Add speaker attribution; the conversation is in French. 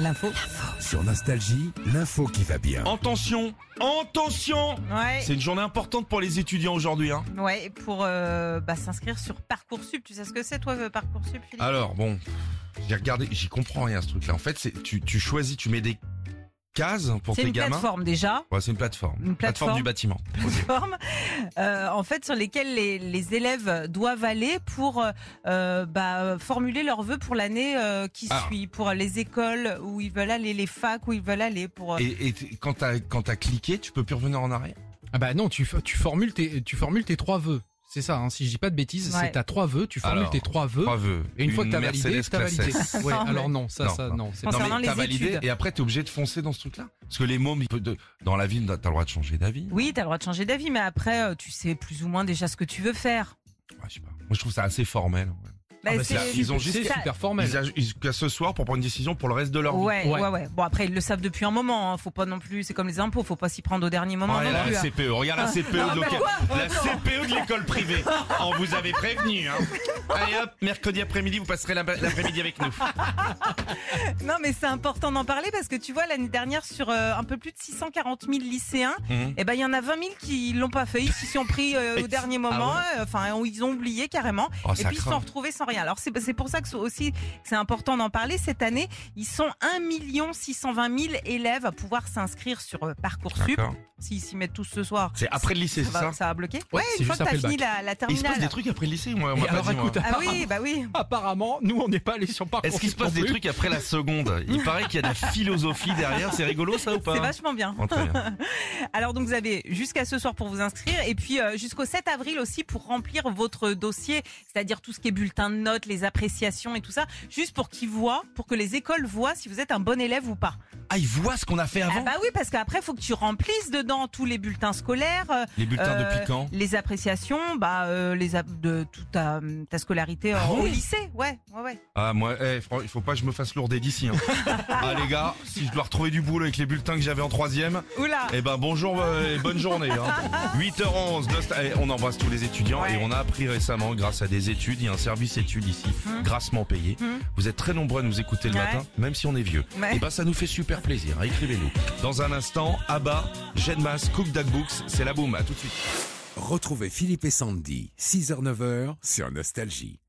Speaker 1: L'info.
Speaker 2: Sur Nostalgie, l'info qui va bien.
Speaker 3: Attention, attention
Speaker 1: Ouais.
Speaker 3: C'est une journée importante pour les étudiants aujourd'hui. Hein.
Speaker 1: Ouais, et pour euh, bah, s'inscrire sur Parcoursup. Tu sais ce que c'est, toi, euh, Parcoursup, Philippe
Speaker 3: Alors bon, j'ai regardé, j'y comprends rien ce truc-là. En fait, c'est tu, tu choisis, tu mets des cases pour
Speaker 1: C'est
Speaker 3: tes
Speaker 1: une
Speaker 3: gamins.
Speaker 1: plateforme déjà,
Speaker 3: Ouais, c'est une plateforme.
Speaker 1: Une plateforme.
Speaker 3: du bâtiment.
Speaker 1: plateforme, euh, en fait, sur lesquelles les, les élèves doivent aller pour euh, bah, formuler leurs vœux pour l'année euh, qui
Speaker 3: Ah.
Speaker 1: suit, pour les écoles où ils veulent aller, les facs où ils veulent aller, pour. euh,
Speaker 3: Et, et t- quand t'as quand t'as cliqué, tu peux plus revenir en arrière.
Speaker 4: Ah bah non, tu, f- tu, formules, tes, tu formules tes trois vœux. C'est ça, hein, si je dis pas de bêtises,
Speaker 1: Ouais.
Speaker 4: c'est t'as trois vœux, tu formules
Speaker 3: Alors,
Speaker 4: tes trois vœux.
Speaker 3: Trois vœux.
Speaker 4: Et une, fois que t'as
Speaker 3: Mercedes
Speaker 4: validé, t'as
Speaker 3: Classe
Speaker 4: validé.
Speaker 3: S.
Speaker 4: Ouais,
Speaker 1: Non, mais-
Speaker 4: alors non, ça,
Speaker 3: Non,
Speaker 4: ça,
Speaker 3: non.
Speaker 4: non, c'est
Speaker 1: Non,
Speaker 4: pas-
Speaker 1: Concernant
Speaker 3: Non, mais
Speaker 1: les
Speaker 3: t'as validé
Speaker 1: études.
Speaker 3: et après t'es obligé de foncer dans ce truc-là. Parce que les mômes, ils peuvent de- dans la ville, t'as le droit de changer d'avis.
Speaker 1: Oui, t'as le droit de changer d'avis, mais après, euh, tu sais plus ou moins déjà ce que tu veux faire.
Speaker 3: Ouais, je sais pas. Moi, je trouve ça assez formel. ouais.
Speaker 1: Bah,
Speaker 4: Ah bah,
Speaker 1: c'est-
Speaker 4: c'est
Speaker 3: ils ont juste-
Speaker 4: c'est super formel.
Speaker 3: Ils, a- ils se cassent ce soir pour prendre une décision pour le reste de leur vie.
Speaker 1: Ouais, ouais,
Speaker 4: Ouais.
Speaker 1: ouais. Bon, après, ils le savent depuis un moment. hein. Faut pas non plus. C'est comme les impôts. Faut pas s'y prendre au dernier moment.
Speaker 3: Ouais,
Speaker 1: non
Speaker 3: la
Speaker 1: plus, hein.
Speaker 3: CPE, regarde la CPE de
Speaker 1: bah
Speaker 3: local-
Speaker 1: quoi
Speaker 3: la CPE de l'école privée. On vous avait prévenu. Hein. Allez hop, mercredi après-midi, vous passerez la- l'après-midi avec nous.
Speaker 1: Non, mais c'est important d'en parler parce que tu vois, l'année dernière, sur euh, un peu plus de 640 000 lycéens,
Speaker 3: Mhm.
Speaker 1: eh ben, il y en a 20 000 qui l'ont pas fait. Ils s'y sont pris euh, au dernier moment. euh, Enfin, ils ont oublié carrément.
Speaker 3: Ah Oh,
Speaker 1: et
Speaker 3: ça
Speaker 1: puis, ils se sont
Speaker 3: craint.
Speaker 1: retrouvés sans rien. Alors, c'est c'est pour ça que c'est aussi que c'est important d'en parler. Cette année, ils sont 1 620 000 élèves à pouvoir s'inscrire sur euh, Parcoursup.
Speaker 3: D'accord.
Speaker 1: S'ils s'y mettent tous ce soir.
Speaker 3: C'est après le lycée,
Speaker 1: ça
Speaker 3: c'est
Speaker 1: va,
Speaker 3: ça
Speaker 1: ça va bloquer Ouais,
Speaker 4: c'est
Speaker 1: une fois
Speaker 4: juste
Speaker 1: que t'as
Speaker 4: après le
Speaker 1: fini la, la
Speaker 3: Il se passe des
Speaker 1: terminale.
Speaker 3: trucs après le lycée moi, on m'a
Speaker 4: Et
Speaker 3: pas
Speaker 4: alors
Speaker 3: dit, moi.
Speaker 4: écoute,
Speaker 1: Ah oui, bah oui.
Speaker 4: apparemment, nous on n'est pas allés sur Parcoursup.
Speaker 3: Est-ce qu'il se passe
Speaker 4: non
Speaker 3: des
Speaker 4: plus.
Speaker 3: trucs après la seconde Il paraît qu'il y a de la philosophie derrière, c'est rigolo ça ou pas
Speaker 1: C'est vachement bien.
Speaker 3: Oh, très bien.
Speaker 1: Alors donc vous avez jusqu'à ce soir pour vous inscrire et puis euh, jusqu'au 7 avril aussi pour remplir votre dossier, c'est-à-dire tout ce qui est bulletin de notes, les appréciations et tout ça, juste pour qu'ils voient, pour que les écoles voient si vous êtes un bon élève ou pas.
Speaker 3: Ah, ils voient ce qu'on a fait
Speaker 1: Ah
Speaker 3: avant
Speaker 1: bah oui parce qu'après faut que tu remplisses dedans tous les bulletins scolaires, euh,
Speaker 3: Les bulletins
Speaker 1: Euh,
Speaker 3: depuis quand
Speaker 1: les appréciations, bah euh, les ap- de toute ta, ta scolarité euh,
Speaker 3: Ah
Speaker 1: au
Speaker 3: oui
Speaker 1: lycée, ouais ouais ouais.
Speaker 3: Ah, moi, eh, fran- il faut pas que je me fasse lourder d'ici. hein. ah, les gars, si je dois retrouver du boulot avec les bulletins que j'avais en troisième,
Speaker 1: Oula.
Speaker 3: Eh ben bonjour euh, et bonne journée. hein. 8h11, Nost- eh, on embrasse tous les étudiants
Speaker 1: Ouais.
Speaker 3: et on a appris récemment grâce à des études, il y a un service études ici,
Speaker 1: Mhm.
Speaker 3: grassement payé.
Speaker 1: Mhm.
Speaker 3: Vous êtes très nombreux à nous écouter le
Speaker 1: Ouais.
Speaker 3: matin, même si on est vieux.
Speaker 1: Ouais.
Speaker 3: Et ben ça nous fait super plaisir, hein, écrivez-nous. Dans un instant, Abba, Genmas, Cook That Books, c'est la boum, à tout de suite.
Speaker 2: Retrouvez Philippe et Sandy, 6h-9h sur Nostalgie.